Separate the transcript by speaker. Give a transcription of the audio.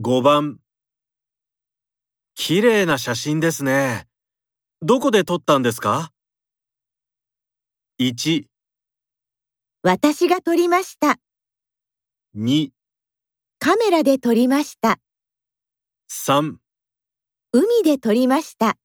Speaker 1: 5番綺麗な写真ですね。どこで撮ったんですか ?1、
Speaker 2: 私が撮りました。
Speaker 1: 2、
Speaker 2: カメラで撮りました。
Speaker 1: 3
Speaker 2: 海で撮りました。